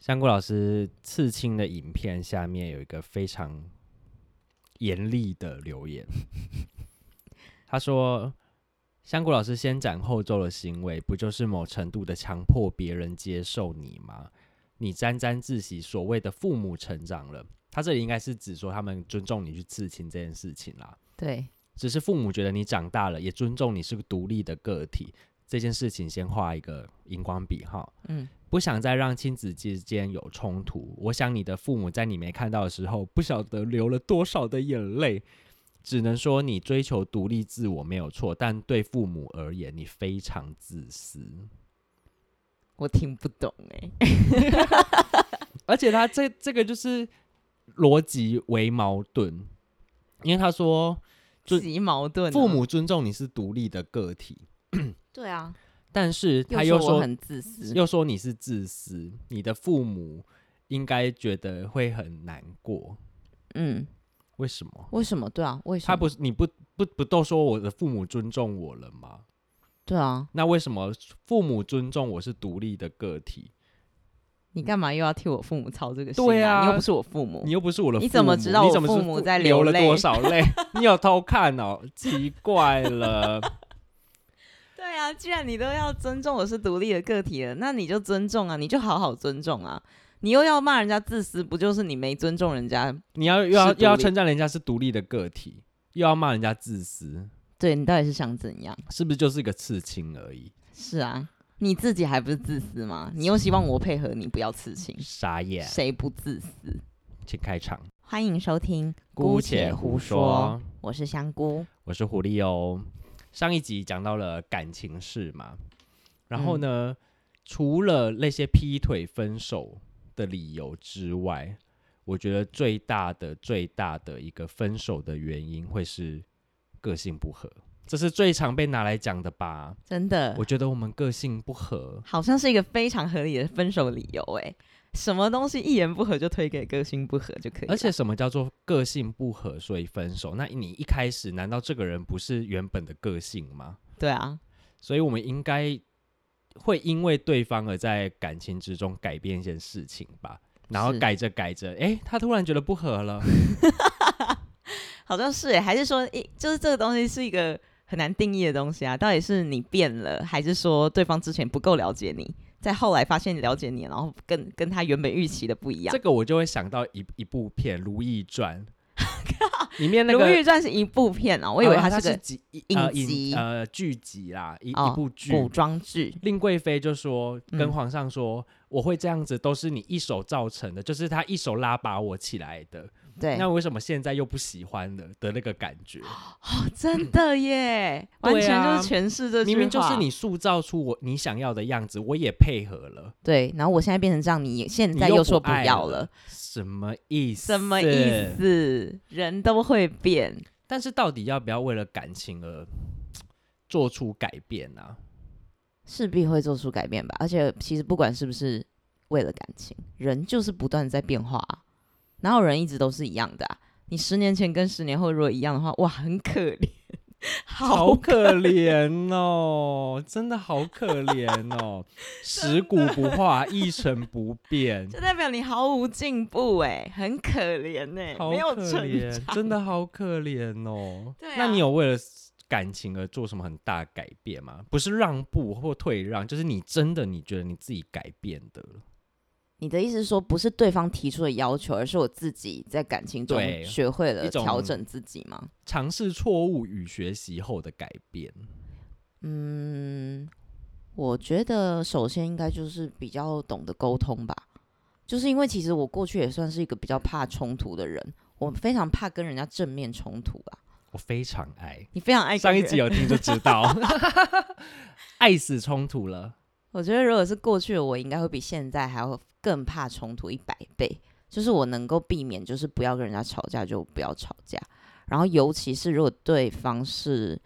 香菇老师刺青的影片下面有一个非常严厉的留言，他说：“香菇老师先斩后奏的行为，不就是某程度的强迫别人接受你吗？你沾沾自喜，所谓的父母成长了。”他这里应该是指说他们尊重你去刺青这件事情啦，对，只是父母觉得你长大了，也尊重你是个独立的个体，这件事情先画一个荧光笔号。嗯，不想再让亲子之间有冲突。我想你的父母在你没看到的时候，不晓得流了多少的眼泪。只能说你追求独立自我没有错，但对父母而言，你非常自私。我听不懂哎、而且他这这个就是逻辑为矛盾，因为他说 就极矛盾啊、父母尊重你是独立的个体，对啊，但是他又又我说很自私，又说你是自私，你的父母应该觉得会很难过。嗯，为什么？为什么？对啊，为什么？他不是你不不不都说我的父母尊重我了吗？对啊，那为什么父母尊重我是独立的个体？你干嘛又要替我父母操这个心、对啊你又不是我父母你，又不是我的父母，你怎么知道你我怎么父是母在流流了泪多少泪？ 你有偷看哦？奇怪 了，对啊，既然你都要尊重我是独立的个体了，那你就尊重啊，你就好好尊重啊。你又要骂人家自私，不就是你没尊重人家？你要又要是又独要立称赞人家是独立的个体，又要骂人家自私，对你到底是想怎样？是不是就是一个刺青而已？是啊，你自己还不是自私吗？你又希望我配合你，不要刺青，傻眼，谁不自私？请开场，欢迎收听，姑姑且且胡胡说说。我是香菇。我是狐狸哦。上一集讲到了感情事嘛，然后呢，除了那些劈腿、分手的理由之外，我觉得最大的、最大的一个分手的原因会是个性不合，这是最常被拿来讲的吧？真的我，觉得我们个性不合，好像是一个非常合理的分手理由哎。什么东西一言不合就推给个性不合就可以了？而且什么叫做个性不合所以分手？那你一开始难道这个人不是原本的个性吗？对啊，所以我们应该会因为对方而在感情之中改变一些事情吧。然后是哎改着改着，哎，他突然觉得不合了，好像是耶，欸还是说一就是这个东西是一个很难定义的东西啊？到底是你变了，还是说对方之前不够了解你，在后来发现了解你，然后跟跟他原本预期的不一样这？个我就会想到一一部片《如懿传》 里面那《个，如懿传》是一部片啊，我以为呃它它是是个集一影呃集呃剧集啦，一、哦一部剧。古装剧。令贵妃就说跟嗯皇上说，我会这样子都是你一手造成的，就是他一手拉拔我起来的。对，那为什么现在又不喜欢了的那个感觉？ 真的耶，完对全啊就是诠释这句明话。明就是你塑造出我你想要的样子，我也配合了，对，然后我现在变成这样，你也现你在又说不不爱要了了，什么意思？什么意？思？人都会变，但是到底要不要为了感情而做出改变啊？势必会做出改变吧。而且其实不管是不是为了感情，人就是不断地在变化、啊，哪有人一直都是一样的、啊？你十年前跟十年后如果一样的话，哇，很可怜， 好好可怜哦，真的好可怜 哦，食古不化，一成不变，就代表你毫无进步哎、很可怜哎、好没有可成怜，长，真的好可怜哦。对那啊你有为了感情而做什么很大改变吗？不是让步或退让，就是你真的你觉得你自己改变的了。你的意思是说，不是对方提出的要求，而是我自己在感情中对学会了一种调整自己吗？尝试错误与学习后的改变。嗯，我觉得首先应该就是比较懂得沟通吧，就是因为其实我过去也算是一个比较怕冲突的人，我非常怕跟人家正面冲突啊。我非常爱，你非常爱上跟一人集有听就知道，爱死冲突了。我觉得如果是过去的我，应该会比现在还要更怕冲突一百倍。就是我能够避免，就是不要跟人家吵架，就不要吵架。然后，尤其是如果对方是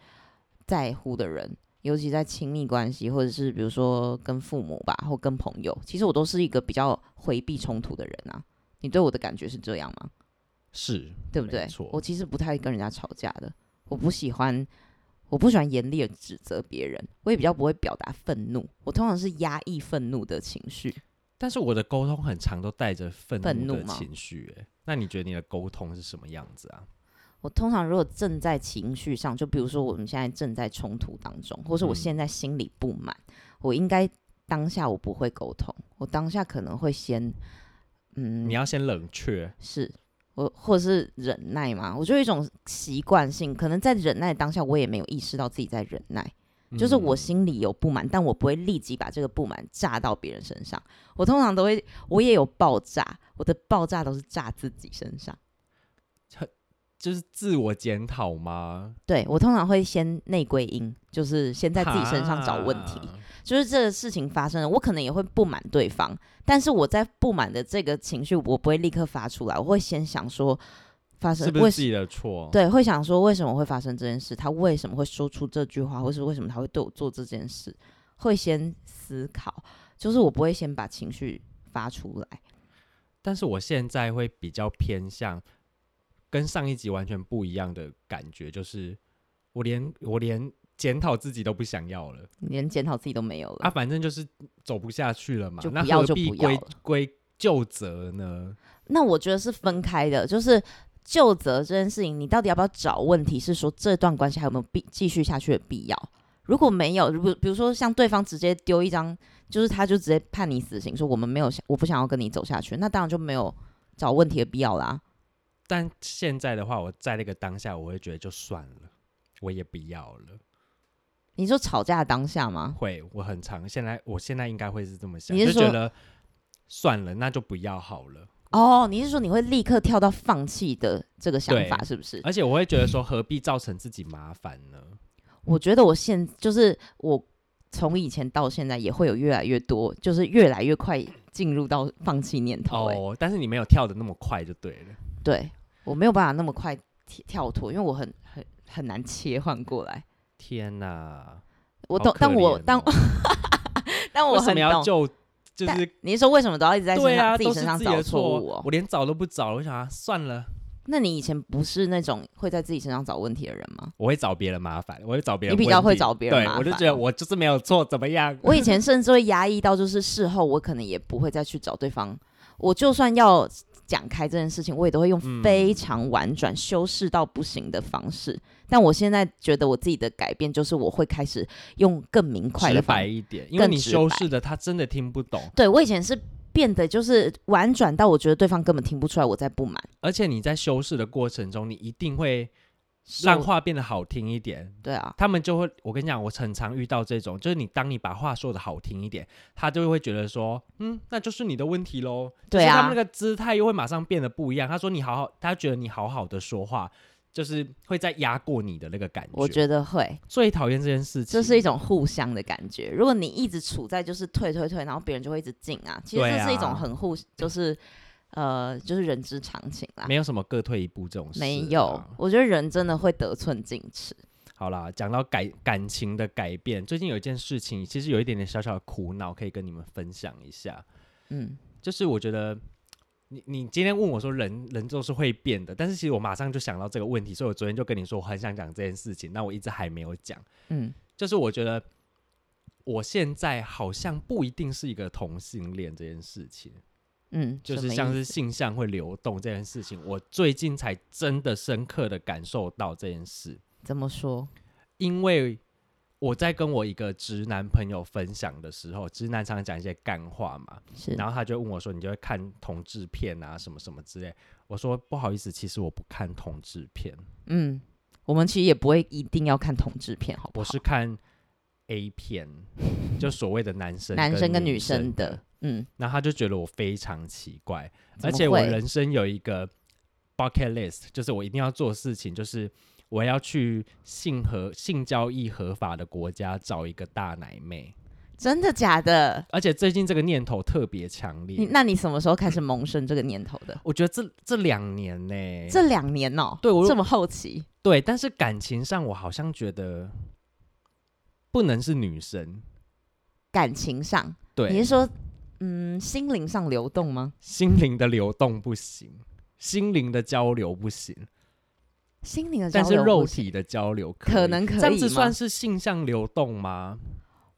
在乎的人，尤其在亲密关系，或者是比如说跟父母吧，或跟朋友，其实我都是一个比较回避冲突的人啊。你对我的感觉是这样吗？是，对不没对错？我其实不太跟人家吵架的，我不喜欢，我不喜欢严厉的指责别人，我也比较不会表达愤怒，我通常是压抑愤怒的情绪。但是我的沟通很长都带着愤愤怒的吗情绪、欸，那你觉得你的沟通是什么样子啊？我通常如果正在情绪上，就比如说我们现在正在冲突当中，或是我嗯现在心里不满，我应该当下我不会沟通，我当下可能会先，嗯你，要先冷却，是我或是忍耐嘛，我就有一种习惯性，可能在忍耐当下，我也没有意识到自己在忍耐，就是我嗯心里有不满，但我不会立即把这个不满炸到别人身上，我通常都会，我也有爆炸，我的爆炸都是炸自己身上。就是自我检讨吗？对我通常会先内归因，就是先在自己身啊上找问题。哈就是这个事情发生了，我可能也会不满对方，但是我在不满的这个情绪，我不会立刻发出来，我会先想说发生是不为是自什己的错？，对，会想说为什么会发生这件事，他为什么会说出这句话，或是为什么他会对我做这件事，会先思考，就是我不会先把情绪发出来。但是我现在会比较偏向跟上一集完全不一样的感觉，就是我连我连检讨自己都不想要了你连检讨自己都没有了，啊，反正就是走不下去了嘛，就那不要何就必不要归了归就责呢？那我觉得是分开的，就是就责这件事情，你到底要不要找问题？是说这段关系还有没有必继续下去的必要？如果没有，如果比如说像对方直接丢一张，就是他就直接判你死刑，说我们没有想，我不想要跟你走下去，那当然就没有找问题的必要啦。但现在的话，我在那个当下，我会觉得就算了，我也不要了。你说吵架的当下吗？会，我很常现在，我现在应该会是这么想，你就是觉说得算了，那就不要好了。哦，你是说你会立刻跳到放弃的这个想对呃法，是不是？而且我会觉得说，何必造成自己麻烦呢？我觉得我现就是我从以前到现在也会有越来越多，就是越来越快进入到放弃念头、欸。哦，但是你没有跳的那么快就对了。对我没有办法那么快跳跳脱，因为我很很很难切换过来。天哪！我好懂，可但我怜 但哦但我为什很么要懂。就就但是你是说为什么都要一直在身对上、啊，自都己是身上己的找错错误哦？我连找都不找了，我想啊，算了，那你以前不是那种会在自己身上找问题的人吗？我会找别人麻烦，我会找别人你问题。比较会找别人对麻我就烦觉得哦我就是没有错，怎么样？我以前甚至会压抑到，就是事后我可能也不会再去找对方。我就算要讲开这件事情，我也都会用嗯非常婉转、修饰到不行的方式。但我现在觉得我自己的改变，就是我会开始用更明快直的方白一点，因为更你直修白饰的他真的听不懂，对我以前是变得就是婉转到我觉得对方根本听不出来我在不满，而且你在修饰的过程中，你一定会是让我话变得好听一点。对啊，他们就会，我跟你讲，我很常遇到这种，就是你当你把话说的好听一点，他就会觉得说，嗯，那就是你的问题喽。对就是他啊们那个姿态又会马上变得不一样。他说你好好，他觉得你好好的说话，就是会在压过你的那个感觉。我觉得会，最讨厌这件事情，这是一种互相的感觉。如果你一直处在就是退退退，然后别人就会一直进啊，其实对这啊是一种很互，就是呃，就是人之常情啦。没有什啊么各退一步这种事、没有，。我觉得人真的会得寸进尺。好啦，讲到改感情的改变，最近有一件事情，其实有一点点小小的苦恼，可以跟你们分享一下。嗯，就是我觉得你你今天问我说人人都是会变的，但是其实我马上就想到这个问题，所以我昨天就跟你说我很想讲这件事情，那我一直还没有讲。嗯，就是我觉得我现在好像不一定是一个同性恋这件事情，嗯，就什是么像意是思性向会流动这件事情，我最近才真的深刻的感受到这件事，怎么说？因为。我在跟我一个直男朋友分享的时候，直男常常讲一些干话嘛，是然后他就问我说：“你就会看同志片啊，什么什么之类。”我说：“不好意思，其实我不看同志片，嗯，我们其实也不会一定要看同志片，好不我好？是看 A 片，就所谓的男生男生跟女女生。的，嗯，”然后他就觉得我非常奇怪，怎而么且我会人生有一个 bucket list，就是我一定要做的事情，就是我要去性合性交易合法的国家找一个大奶妹。真的假的？而且最近这个念头特别强你烈，那你什么时候开始萌生这个念头的？我觉得这这两年呢、这两年哦、对我这么后期，对，但是感情上我好像觉得不能是女生，感情上，你对是，说，嗯，心灵上流动吗？心灵的流动不行，心灵的交流不行，心灵的交但流是肉不行体的交流可以能可这样以子吗算是性向流动吗？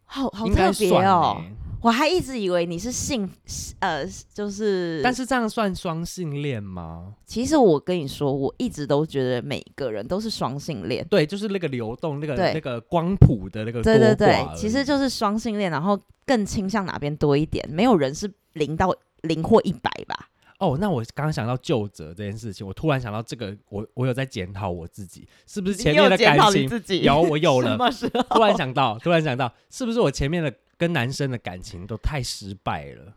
好好应该特别算哦、欸我还一直以为你是性，呃，就是，但是这样算双性恋吗？其实我跟你说，我一直都觉得每个人都是双性恋，对，就是那个流动，那个对那个光谱的那个对对呃多寡对而，已其实就是双性恋，然后更倾向哪边多一点，没有人是零到零或一百吧？哦，那我刚刚想到就责这件事情，我突然想到这个，我我有在检讨我自己，是不是前你有面的检感讨你情自己有我有什 了，么时候突然想到，突然想到，是不是我前面的跟男生的感情都太失败了，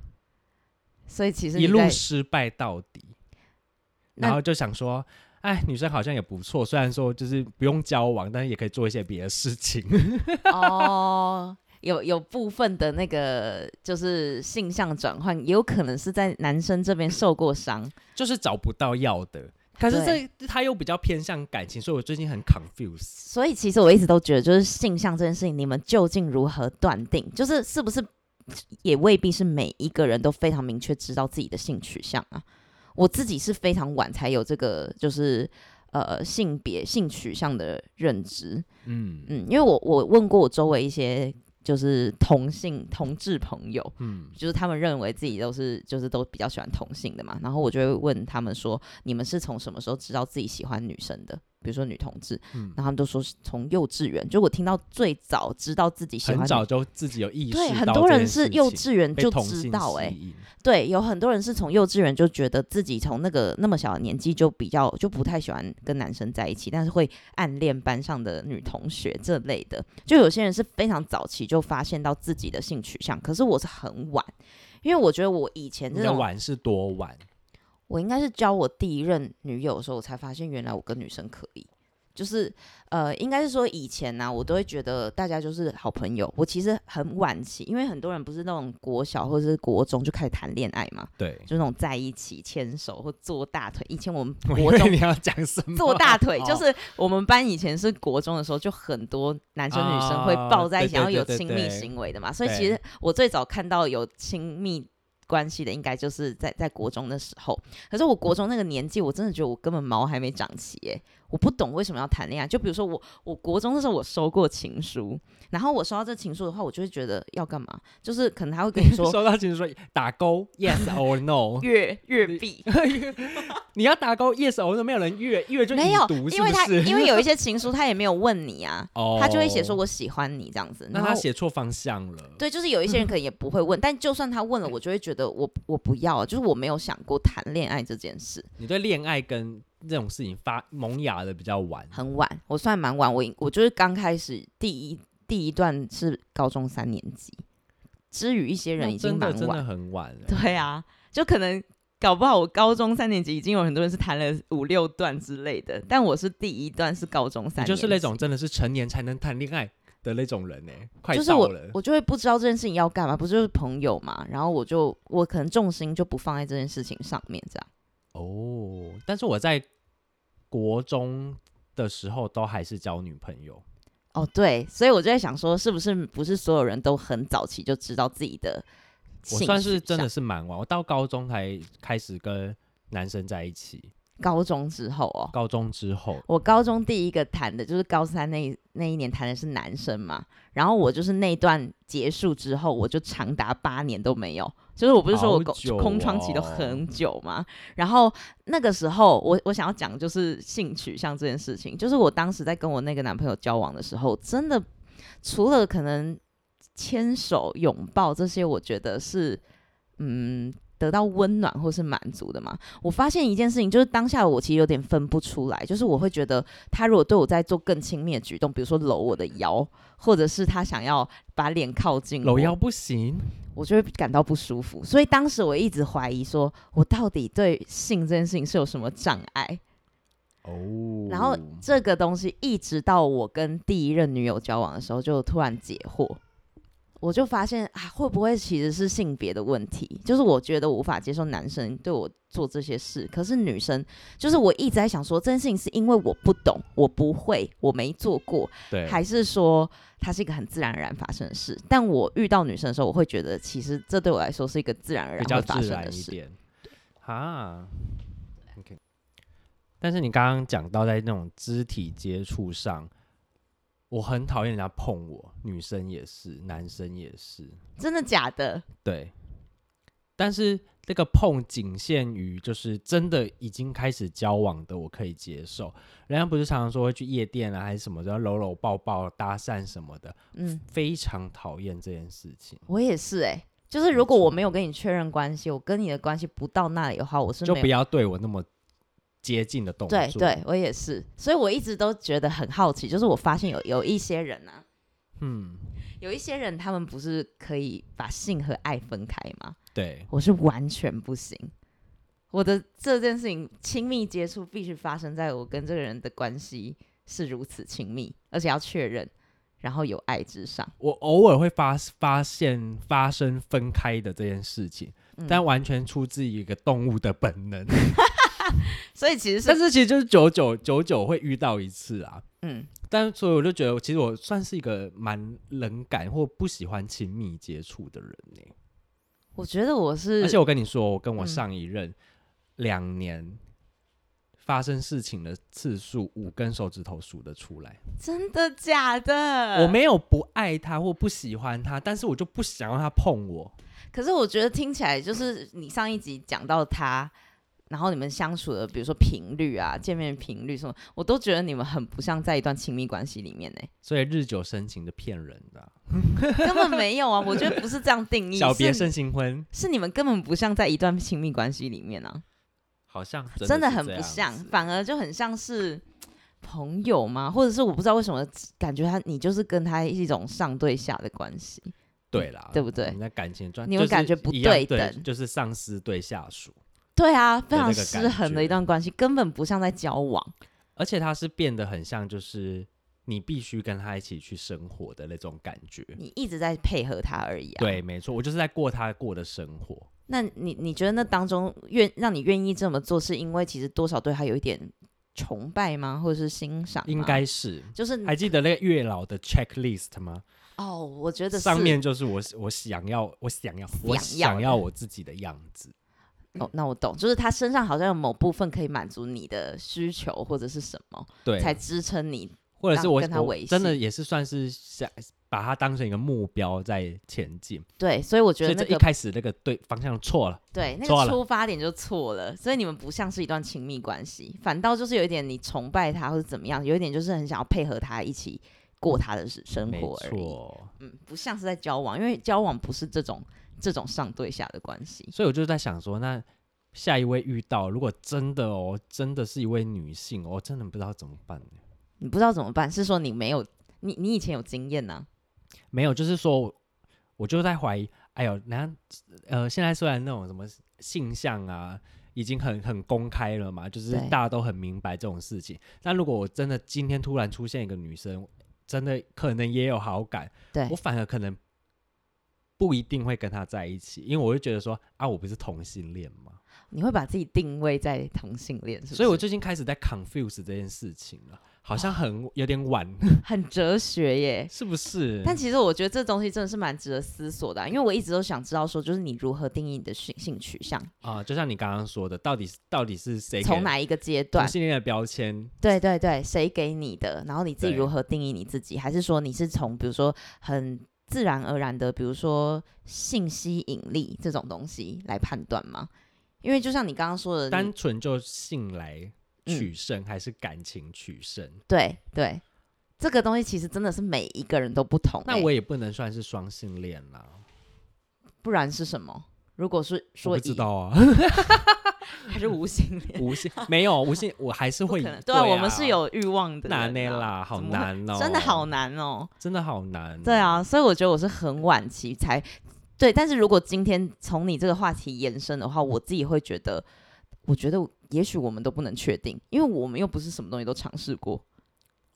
所以其实一你路在失败到底，那然后就想说。哎，女生好像也不错，虽然说就是不用交往，但是也可以做一些别的事 情。哦，有有部分的那个就是性向转换，也有可能是在男生这边受过伤。就是找不到要的。可是对这他又比较偏向感情，所以我最近很 confused。所以其实我一直都觉得，就是性向这件事情，你们究竟如何断定？就是是不是也未必是每一个人都非常明确知道自己的性取向啊？我自己是非常晚才有这个，就是呃性别性取向的认知。嗯嗯，因为我我问过我周围一些就是同性同志朋友，嗯，就是他们认为自己都是就是都比较喜欢同性的嘛，然后我就会问他们说，你们是从什么时候知道自己喜欢女生的？比如说女同志，嗯然后他们都说是从幼稚园，就我听到最早知道自己喜欢很女早就自己有意识到这对，件事情，很多人是幼稚园被就同知性道、吸欸，引对，有很多人是从幼稚园就觉得自己从那个那么小的年纪就比较就不太喜欢跟男生在一起，但是会暗恋班上的女同学这类的。就有些人是非常早期就发现到自己的性取向，可是我是很晚，因为我觉得我以前你这的种，晚是多晚？我应该是交我第一任女友的时候，我才发现原来我跟女生可以。就是呃，应该是说以前呢、我都会觉得大家就是好朋友。我其实很晚期，因为很多人不是那种国小或者是国中就开始谈恋爱嘛，对，就那种在一起牵手或坐大腿。以前我们我以国为中你要讲什么？坐大腿，就哦是我们班以前是国中的时候，就很多男生女生会啊抱在一对起，对然后有对对亲密对行为的嘛。所以对其实我最早看到有亲密。关系的应该就是在在国中的时候，可是我国中那个年纪，我真的觉得我根本毛还没长齐耶，我不懂为什么要谈恋爱。就比如说我，我国中的时候我收过情书，然后我收到这情书的话，我就会觉得要干嘛？就是可能他会跟你 说 收到情书说打勾 yes or no，月月币， 你要打勾 yes or no，没有人越越就没有已读，是因为不他是因为有一些情书他也没有问你啊， 哦，他就会写说我喜欢你这样子。那然他后写错方向了，对，就是有一些人可能也不会问，但就算他问了，我就会觉得我我不要啊，就是我没有想过谈恋爱这件事。你对恋爱跟这种事情发萌芽的比较晚，很晚，我算蛮晚，我我就是刚开始第一第一段是高中三年级，之于一些那人已经真蛮的真的晚，很晚了。对啊，就可能。搞不好我高中三年级已经有很多人是谈了五六段之类的，但我是第一段是高中三你年级，就是那种真的是成年才能谈恋爱的那种人呢、欸快就是到我了，我就会不知道这件事情要干嘛，不是就是朋友嘛？然后我就我可能重心就不放在这件事情上面，这样。哦。但是我在国中的时候都还是交女朋友，哦，对，所以我就在想说，是不是不是所有人都很早期就知道自己的我性取算向？是真的是蛮晚，我到高中才开始跟男生在一起。高中之后哦，高中之后，我高中第一个谈的就是高三那一那一年谈的是男生嘛，然后我就是那一段结束之后，我就长达八年都没有，就是我不是说我好空、久空窗期都哦很久嘛，然后那个时候我我想要讲就是性取向这件事情，就是我当时在跟我那个男朋友交往的时候，真的除了可能牵手、拥抱这些，我觉得是嗯得到温暖或是满足的嘛。我发现一件事情，就是当下我其实有点分不出来，就是我会觉得他如果对我在做更亲密的举动，比如说搂我的腰，或者是他想要把脸靠近我搂腰，不行，我就会感到不舒服。所以当时我一直怀疑说，我到底对性这件事情是有什么障碍？哦。然后这个东西一直到我跟第一任女友交往的时候，就突然解惑，我就发现啊，会不会其实是性别的问题？就是我觉得我无法接受男生对我做这些事，可是女生，就是我一直在想说，这件事情是因为我不懂，我不会，我没做过，对，还是说它是一个很自然而然发生的事？但我遇到女生的时候，我会觉得其实这对我来说是一个自然比而然较会发自生然的一事。点。哈，OK。但是你刚刚讲到在那种肢体接触上，我很讨厌人家碰我，女生也是，男生也是，真的假的？对。但是这个碰仅限于就是真的已经开始交往的，我可以接受。人家不是常常说会去夜店啊，还是什么，然后搂搂抱抱、搭讪什么的，嗯，非常讨厌这件事情，我也是哎、就是没如果我错没有跟你确认关系，我跟你的关系不到那里的话，我是就没不有。要对我那么接近的动作。对对，，我也是，所以我一直都觉得很好奇，就是我发现有有一些人啊，嗯，有一些人他们不是可以把性和爱分开吗？对，我是完全不行。我的这件事情，亲密接触必须发生在我跟这个人的关系是如此亲密，而且要确认，然后有爱之上。我偶尔会发发现发生分开的这件事情，嗯但完全出自于一个动物的本能。所以其实但是，是其实就是久久久久会遇到一次啊。嗯，但所以我就觉得，其实我算是一个蛮冷感或不喜欢亲密接触的人呢、我觉得我是，而且我跟你说，我跟我嗯上一任两年发生事情的次数，五根手指头数得出来。真的假的？我没有不爱他或不喜欢他，但是我就不想让他碰我。可是我觉得听起来就是你上一集讲到他，然后你们相处的，比如说频率啊、见面频率什么，我都觉得你们很不像在一段亲密关系里面呢、欸 所以日久生情的骗人的啊、根本没有啊！我觉得不是这样定义，小别是胜新婚，是你们根本不像在一段亲密关系里面啊，好像真的真的是很这不样像子，反而就很像是朋友嘛，或者是我不知道为什么感觉他你就是跟他一种上对下的关系，对啦，对不对你的感情状，你有就是感觉不一样对对等就是上司对下属，对啊，那非常个失感衡的觉一段关系，根本不像在交往。而且他是变得很像，就是你必须跟他一起去生活的那种感觉。你一直在配合他而已啊。，对，没错，我就是在过他过的生活。那你你觉得那当中愿让你愿意这么做，是因为其实多少对他有一点崇拜吗，或者是欣赏吗？应该是。就是还记得那个月老的 checklist 吗？哦，我觉得是上面就是我我想要我想要我想要我自己的样子。哦，那我懂，就是他身上好像有某部分可以满足你的需求或者是什么，对，才支撑你。或者是让我跟他我维系真的也是算是想把它当成一个目标在前进。对，所以我觉所以得这那一个开始那个对方向错了，对那错个了出发点就错了，所以你们不像是一段亲密关系，反倒就是有一点你崇拜他或者怎么样，有一点就是很想要配合他一起过他的生没活而已。错。嗯，不像是在交往，因为交往不是这种这种上对下的关系。所以我就在想说，那下一位遇到，如果真的哦，真的是一位女性哦，我真的不知道怎么办呢。你不知道怎么办，是说你没有你你以前有经验呢、没有，就是说我，我就在怀疑，哎呦，那呃，现在虽然那种什么性向啊，已经很很公开了嘛，就是对大家都很明白这种事情。但如果我真的今天突然出现一个女生，真的可能也有好感，对我反而可能不一定会跟她在一起，因为我就觉得说啊，我不是同性恋嘛。你会把自己定位在同性恋，是不是？啊所以我最近开始在 confuse 这件事情了，好像很有点晚， 很哲学耶。是不是？但其实我觉得这东西真的是蛮值得思索的啊、因为我一直都想知道说，就是你如何定义你的性性取向，啊、就像你刚刚说的，到底是到底是谁给从哪一个阶同段？性恋的标签？对对对，谁给你的？然后你自己对如何定义你自己？还是说你是从比如说很自然而然的，比如说性吸引力这种东西来判断吗？因为就像你刚刚说的，你单纯就性来嗯取胜，还是感情取胜？对对，这个东西其实真的是每一个人都不同欸、那我也不能算是双性恋啦，不然是什么？如果是我说不知以道啊， 还是无性 恋，无性没有无性，我还是不会可能。对对啊，我们是有欲望的人啊、难的啦，好怎么会难哦，真的好，难哦。真的好难、对，啊，所以我觉得我是很晚期才对，但是如果今天从你这个话题延伸的话，我自己会觉得，我觉得也许我们都不能确定，因为我们又不是什么东西都尝试过。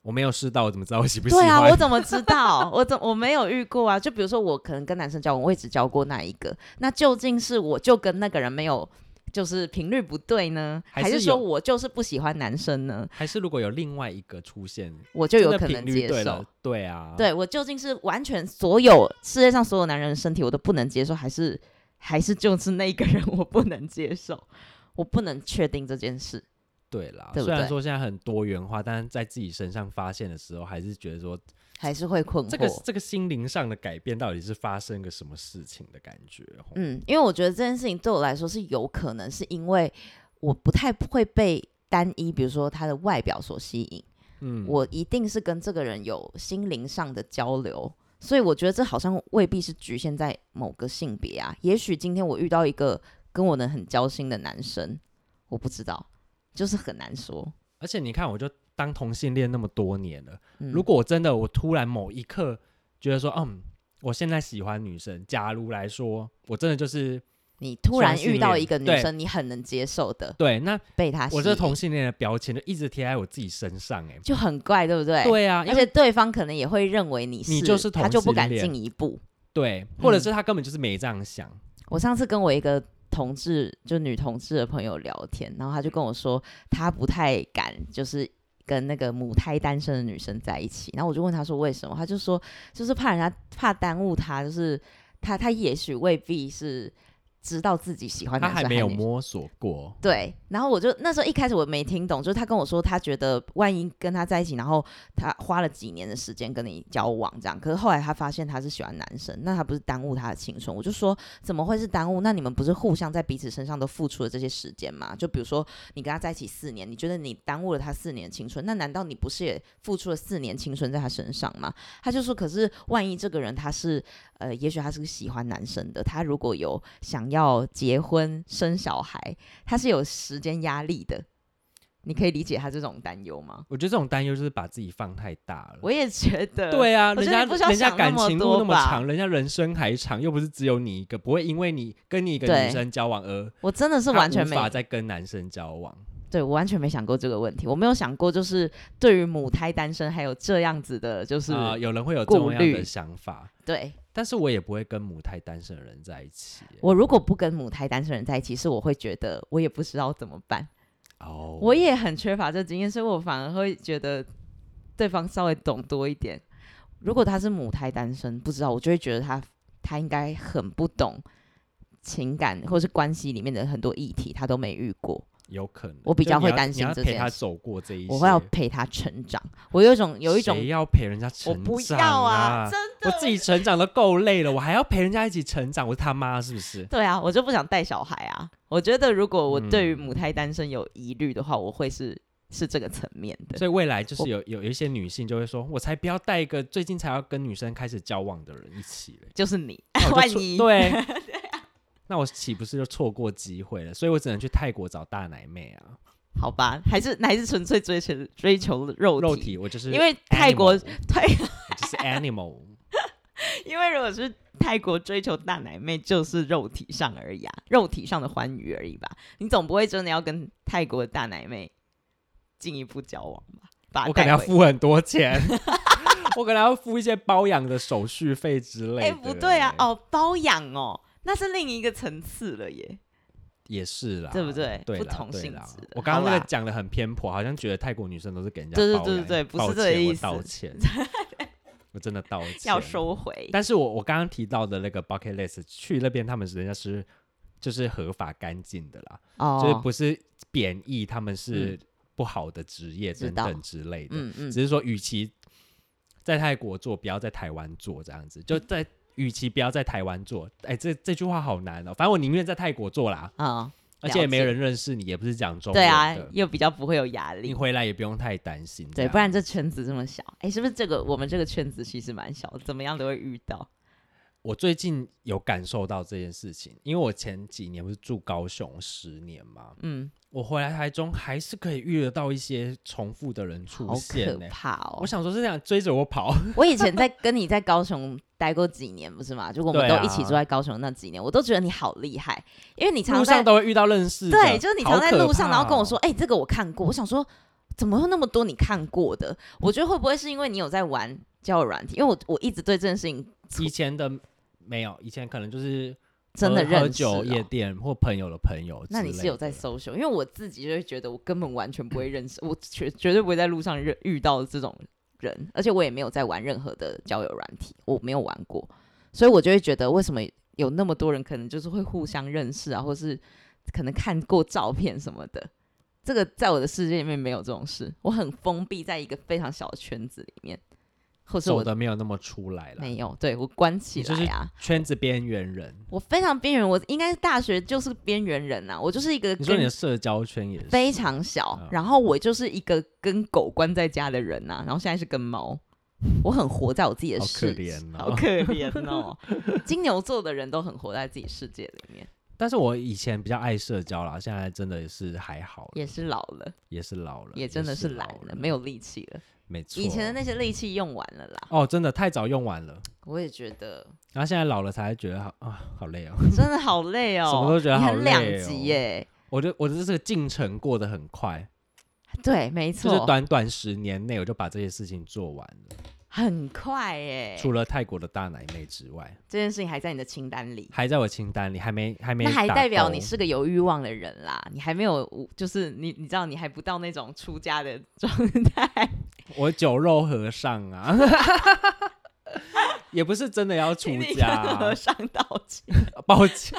我没有试到，我怎么知道我喜不喜对欢？啊，我怎么知道？ 我怎我没有遇过啊？就比如说我可能跟男生交往，我也只交过那一个，那究竟是我就跟那个人没有？就是频率不对呢，还还是是说有我就是不喜欢男生呢？还是如果有另外一个出现，我就有真的可频能率接对受了。，对啊，对我究竟是完全所有世界上所有男人的身体我都不能接受，还是还是就是那个人我不能接受，我不能确定这件事。对啦，对不虽然对说现在很多元化，但是在自己身上发现的时候，还是觉得说还是会困惑。这个这个心灵上的改变到底是发生个什么事情的感觉？吼，嗯，因为我觉得这件事情对我来说是有可能，是因为我不太会被单一，比如说他的外表所吸引，嗯我一定是跟这个人有心灵上的交流，所以我觉得这好像未必是局限在某个性别啊。也许今天我遇到一个跟我能很交心的男生，我不知道，就是很难说。而且你看，我就当同性恋那么多年了，嗯，如果我真的我突然某一刻觉得说，嗯，我现在喜欢女生，假如来说，我真的就是你突然遇到一个女对生，你很能接受的，对，那被她吸我这引，同性恋的标签就一直贴在我自己身上、欸，就很怪，对不对？哎，。对啊，因而为且对方可能也会认为你是，你就是同他就不性敢恋进一步。对，嗯或者是他根本就是没这样想，我上次跟我一个同志，就女同志的朋友聊天，然后他就跟我说，他不太敢，就是跟那个母胎单身的女生在一起。然后我就问他说为什么，他就说就是怕人家怕耽误他，就是他他也许未必是知道自己喜欢他啊男生还没有女生摸索过，对，然后我就那时候一开始我没听懂，就是他跟我说他觉得万一跟他在一起，然后他花了几年的时间跟你交往这样，可是后来他发现他是喜欢男生，那他不是耽误他的青春？我就说怎么会是耽误？那你们不是互相在彼此身上都付出了这些时间吗？就比如说你跟他在一起四年，你觉得你耽误了他四年的青春，那难道你不是也付出了四年青春在他身上吗？他就说，可是万一这个人他是呃，也许他是喜欢男生的，他如果有想要结婚生小孩，他是有时间压力的。你可以理解他这种担忧吗？我觉得这种担忧就是把自己放太大了。我也觉得，，嗯对啊，我人觉得家你不需要人家想那感么情多路那么吧长，人家人生还长，又不是只有你一个，不会因为你跟你一个对女生交往而我真的是她完全无没，法再跟男生交往。对我完全没想过这个问题，我没有想过，就是对于母胎单身还有这样子的，就是、啊、有人会有这顾么样虑的想法，对但是我也不会跟母胎单身的人在一起耶。我如果不跟母胎单身人在一起，是我会觉得我也不知道怎么办，哦，我也很缺乏这经验，所以我反而会觉得对方稍微懂多一点。如果他是母胎单身，不知道，我就会觉得他他应该很不懂情感或是关系里面的很多议题，他都没遇过。有可能，我比就较你会要担你心要这陪件他事走过这一些，我会要陪他成长。我有一种有一种谁要陪人家成我长、不要啊，真我自己成长都够累了，我还要陪人家一起成长，我是他妈是不是？对啊，我就不想带小孩啊。我觉得如果我对于嗯母胎单身有疑虑的话，我会是是这个层面的。嗯所以未来就是我有有有一些女性就会说，我才不要带一个最近才要跟女生开始交往的人一起 嘞，就是你，那我万哦就错一 对那我岂不是就错过机会了？所以我只能去泰国找大奶妹啊，好吧，还是还是纯粹追求追求肉肉体我就是因为泰国 animal 泰， 我就是 animal，因为如果是泰国追求大奶妹，就是肉体上而已啊，肉体上的欢愉而已吧。你总不会真的要跟泰国的大奶妹进一步交往吧？把她我可能带要回付很多 钱，我可能要付一些包养的手续费之类的。哎、不对啊，，哦，包养哦，那是另一个层次了耶。也是啦，对不对对啦，不同对性啦质的我刚刚那好个啦讲的很偏颇，好像觉得泰国女生都是给人家对对包对养对不是抱这个歉意我思道 歉，我真的道歉，要收回，但是我我刚刚提到的那个 bucket list，去那边他们人家是就是合法干净的啦，哦嗯就是不是贬义他们是不好的职业知等道等之类的，嗯嗯，只是说与其在泰国做，不要在台湾做这样子，就在与其不要在台湾做，哎，这这句话好难哦，反正我宁愿在泰国做啦，啊、而且也没了解人认识你，也不是讲中文对啊的，，又比较不会有压你力。回来也不用太担心，啊对，样不然这圈子这么小，哎，是不是这个我们这个圈子其实蛮小，怎么样都会遇到。我最近有感受到这件事情，因为我前几年不是住高雄十年嘛，嗯，我回来台中还是可以遇得到一些重复的人出好现可呢、怕哦！我想说是这样追着我跑，我以前在跟你在高雄待过几年，不是吗？就我们对都啊一起住在高雄那几年，我都觉得你好厉害，因为你常路在上都会遇到认识的。对，就是你常在路好可怕上，哦然后跟我说，，哎、这个我看过，我想说怎么会那么多你看过的？我觉得会不会是因为你有在玩交友软体？因为我我一直对这件事情以前的没有，以前可能就是真的喝认喝识、酒哦。夜店或朋友的朋友之类的。那你是有在 social，因为我自己就会觉得我根本完全不会认识，我绝绝对不会在路上认遇到这种人，而且我也没有在玩任何的交友软体，我没有玩过，所以我就会觉得为什么有那么多人可能就是会互相认识啊，或是可能看过照片什么的，这个在我的世界里面没有这种事，我很封闭在一个非常小的圈子里面，或是走我的没有那么出来了，没嗯有，对我关起你就来啊。圈子边缘人。我非常边缘，我应该是大学就是边缘人呐、啊我就是一个你说跟你的社交圈也是非常小嗯，然后我就是一个跟狗关在家的人呐、然后现在是跟猫，我很活在我自己的好可世界，怜好哦。可 怜哦。金牛座的人都很活在自己世界里面，但是我以前比较爱社交啦，现在真的也是还好了，也是老了，也是老了，也真的是是懒老了，没有力气了，没错。以前的那些力气用完了啦。哦，真的太早用完了，我也觉 得然后现在老了才觉得好啊，好累哦。 真的好累哦，什么都觉得你好很累两哦极耶。我觉得我的这个进程过得很快，对，没就错，是短短十年内我就把这些事情做完了，很快耶。除了泰国的大奶妹之外，这件事情还在你的清单里，还在我清单里，还没还没那还打代表勾你是个有欲望的人啦，你还没有，就是你你知道你还不到那种出家的状态，我酒肉和尚啊， 也不是真的要出请你家跟啊、 和尚道歉，抱歉，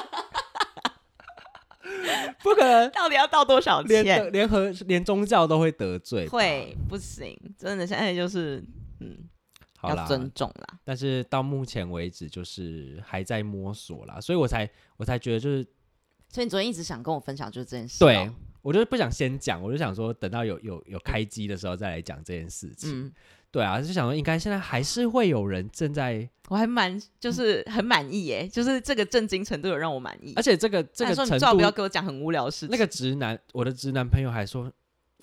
不可能到底要道多少连歉？得连和连宗教都会得罪吧，会不行，真的现在就是嗯，好要啦，尊重啦，但是到目前为止就是还在摸索啦，所以我才我才觉得就是所以你昨天一直想跟我分享就是这件事、哦，对，我就是不想先讲，我就想说等到有有有开机的时候再来讲这件事情。嗯，对啊，就想说应该现在还是会有人正在，我还蛮就是很满意耶，就是这个震惊程度有让我满意嗯而，且这个这虽然个说你程最好不要度，给我讲很无聊的事情，那个直男，我的直男朋友还说，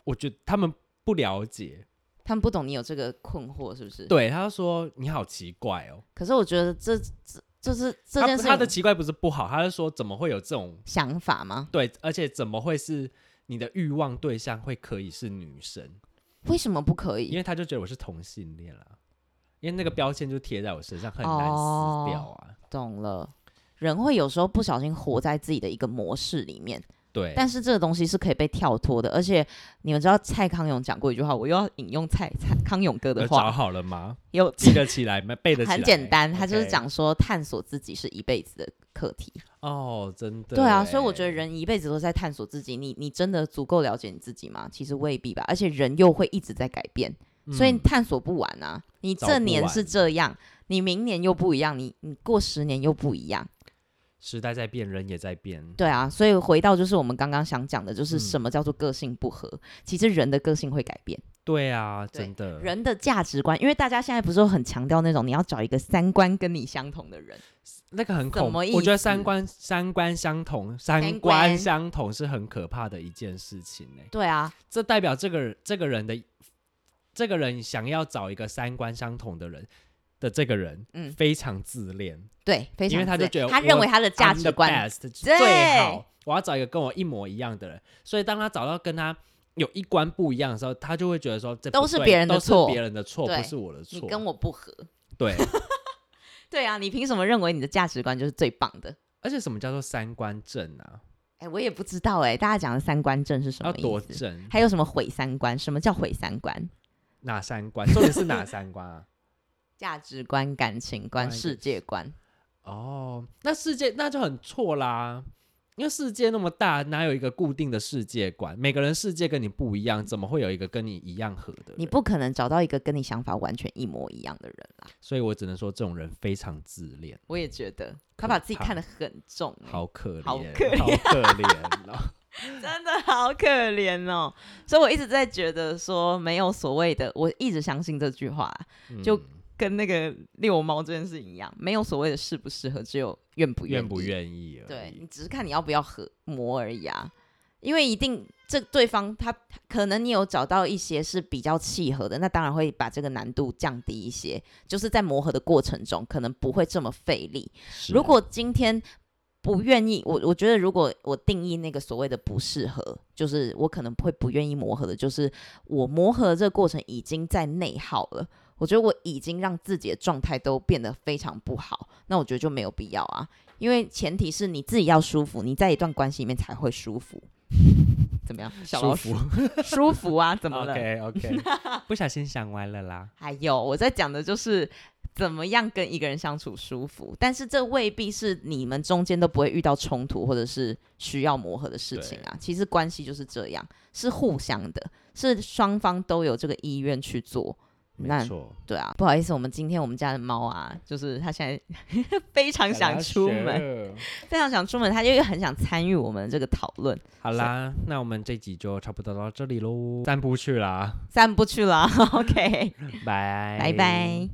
我觉得他们不了解，他们不懂你有这个困惑是不是？对，他就说你好奇怪哦，可是我觉得这这这是这他件不事他的情奇怪不是不好，他是说怎么会有这种想法吗？对，而且怎么会是你的欲望对象会可以是女生？为什么不可以？因为他就觉得我是同性恋啦，因为那个标签就贴在我身上，很难哦撕掉啊。懂了，人会有时候不小心活在自己的一个模式里面，对，但是这个东西是可以被跳脱的。而且你们知道蔡康永讲过一句话，我又要引用蔡蔡康永哥的有找话，好了吗？有呃记得起来吗？背得起来？很简单，他就是 OK 讲说探索自己是一辈子的课题。哦，真的。对啊，所以我觉得，人一辈子都在探索自己，你你真的足够了解你自己吗？其实未必吧，而且人又会一直在改变。所以你嗯探索不完啊。你找这不年是完这样，你明年又不一样，你你过十年又不一样，时代在变，人也在变。对啊。所以回到就是我们刚刚想讲的，就是嗯什么叫做个性不合？其实人的个性会改变，对啊，对真的。人的价值观，因为大家现在不是都很强调那种你要找一个三观跟你相同的人，那个很怎恐怖么意，我觉得思三观三观相同，三观三观相同是很可怕的一件事情欸呢、对啊，这代表这个人这个人的这个人想要找一个三观相同的人的这个人，嗯非常自恋，对，非因常为他就自觉得他我认为他的价 I'm 值 the 观 best, 对最好，我要找一个跟我一模一样的人。所以当他找到跟他有一观不一样的时候，他就会觉得说这不都是对别人的都是错别人的错，对不是我的你错。跟我不合，对，对啊，你凭什么认为你的价值观就是最棒的？而且什么叫做三观正啊？哎，我也不知道哎、大家讲的三观正是什要么多意思？正？还有什么毁三观？什么叫毁三观？哪三观？重点是哪三观啊？价值观、感情观、观世界观，哦，那世界那就很错啦，因为世界那么大，哪有一个固定的世界观？每个人世界跟你不一样，怎么会有一个跟你一样合的人？你不可能找到一个跟你想法完全一模一样的人啦。所以我只能说这种人非常自恋，我也觉得可他把自己怕看得很重、欸，好可怜，好可好可怜 哦欸真的好可怜哦。所以我一直在觉得说没有所谓的，我一直相信这句话，就嗯跟那个遛猫这件事情一样，没有所谓的适不适合，只有愿不愿愿不意。愿意而已。对你只是看你要不要合磨而已啊，因为一定这对方他可能你有找到一些是比较契合的，那当然会把这个难度降低一些，就是在磨合的过程中可能不会这么费力。是啊如果今天不愿意，我我觉得如果我定义那个所谓的不适合，就是我可能会不愿意磨合的，就是我磨合的这个过程已经在内耗了。我觉得我已经让自己的状态都变得非常不好，那我觉得就没有必要啊。因为前提是你自己要舒服，你在一段关系里面才会舒服。 怎么样？小老鼠舒服舒服啊？怎么 了？OK OK，不小心想歪了啦。还有我在讲的就是怎么样跟一个人相处舒服，但是这未必是你们中间都不会遇到冲突或者是需要磨合的事情啊。其实关系就是这样，是互相的，是双方都有这个意愿去做，没那错，对啊，不好意思，我们今天我们家的猫啊，就是它现在 非常想出门，门。非常想出门，它就又很想参与我们这个讨论，好啦，那我们这集就差不多到这里喽，散步去啦， 散步去了。OK，拜拜拜。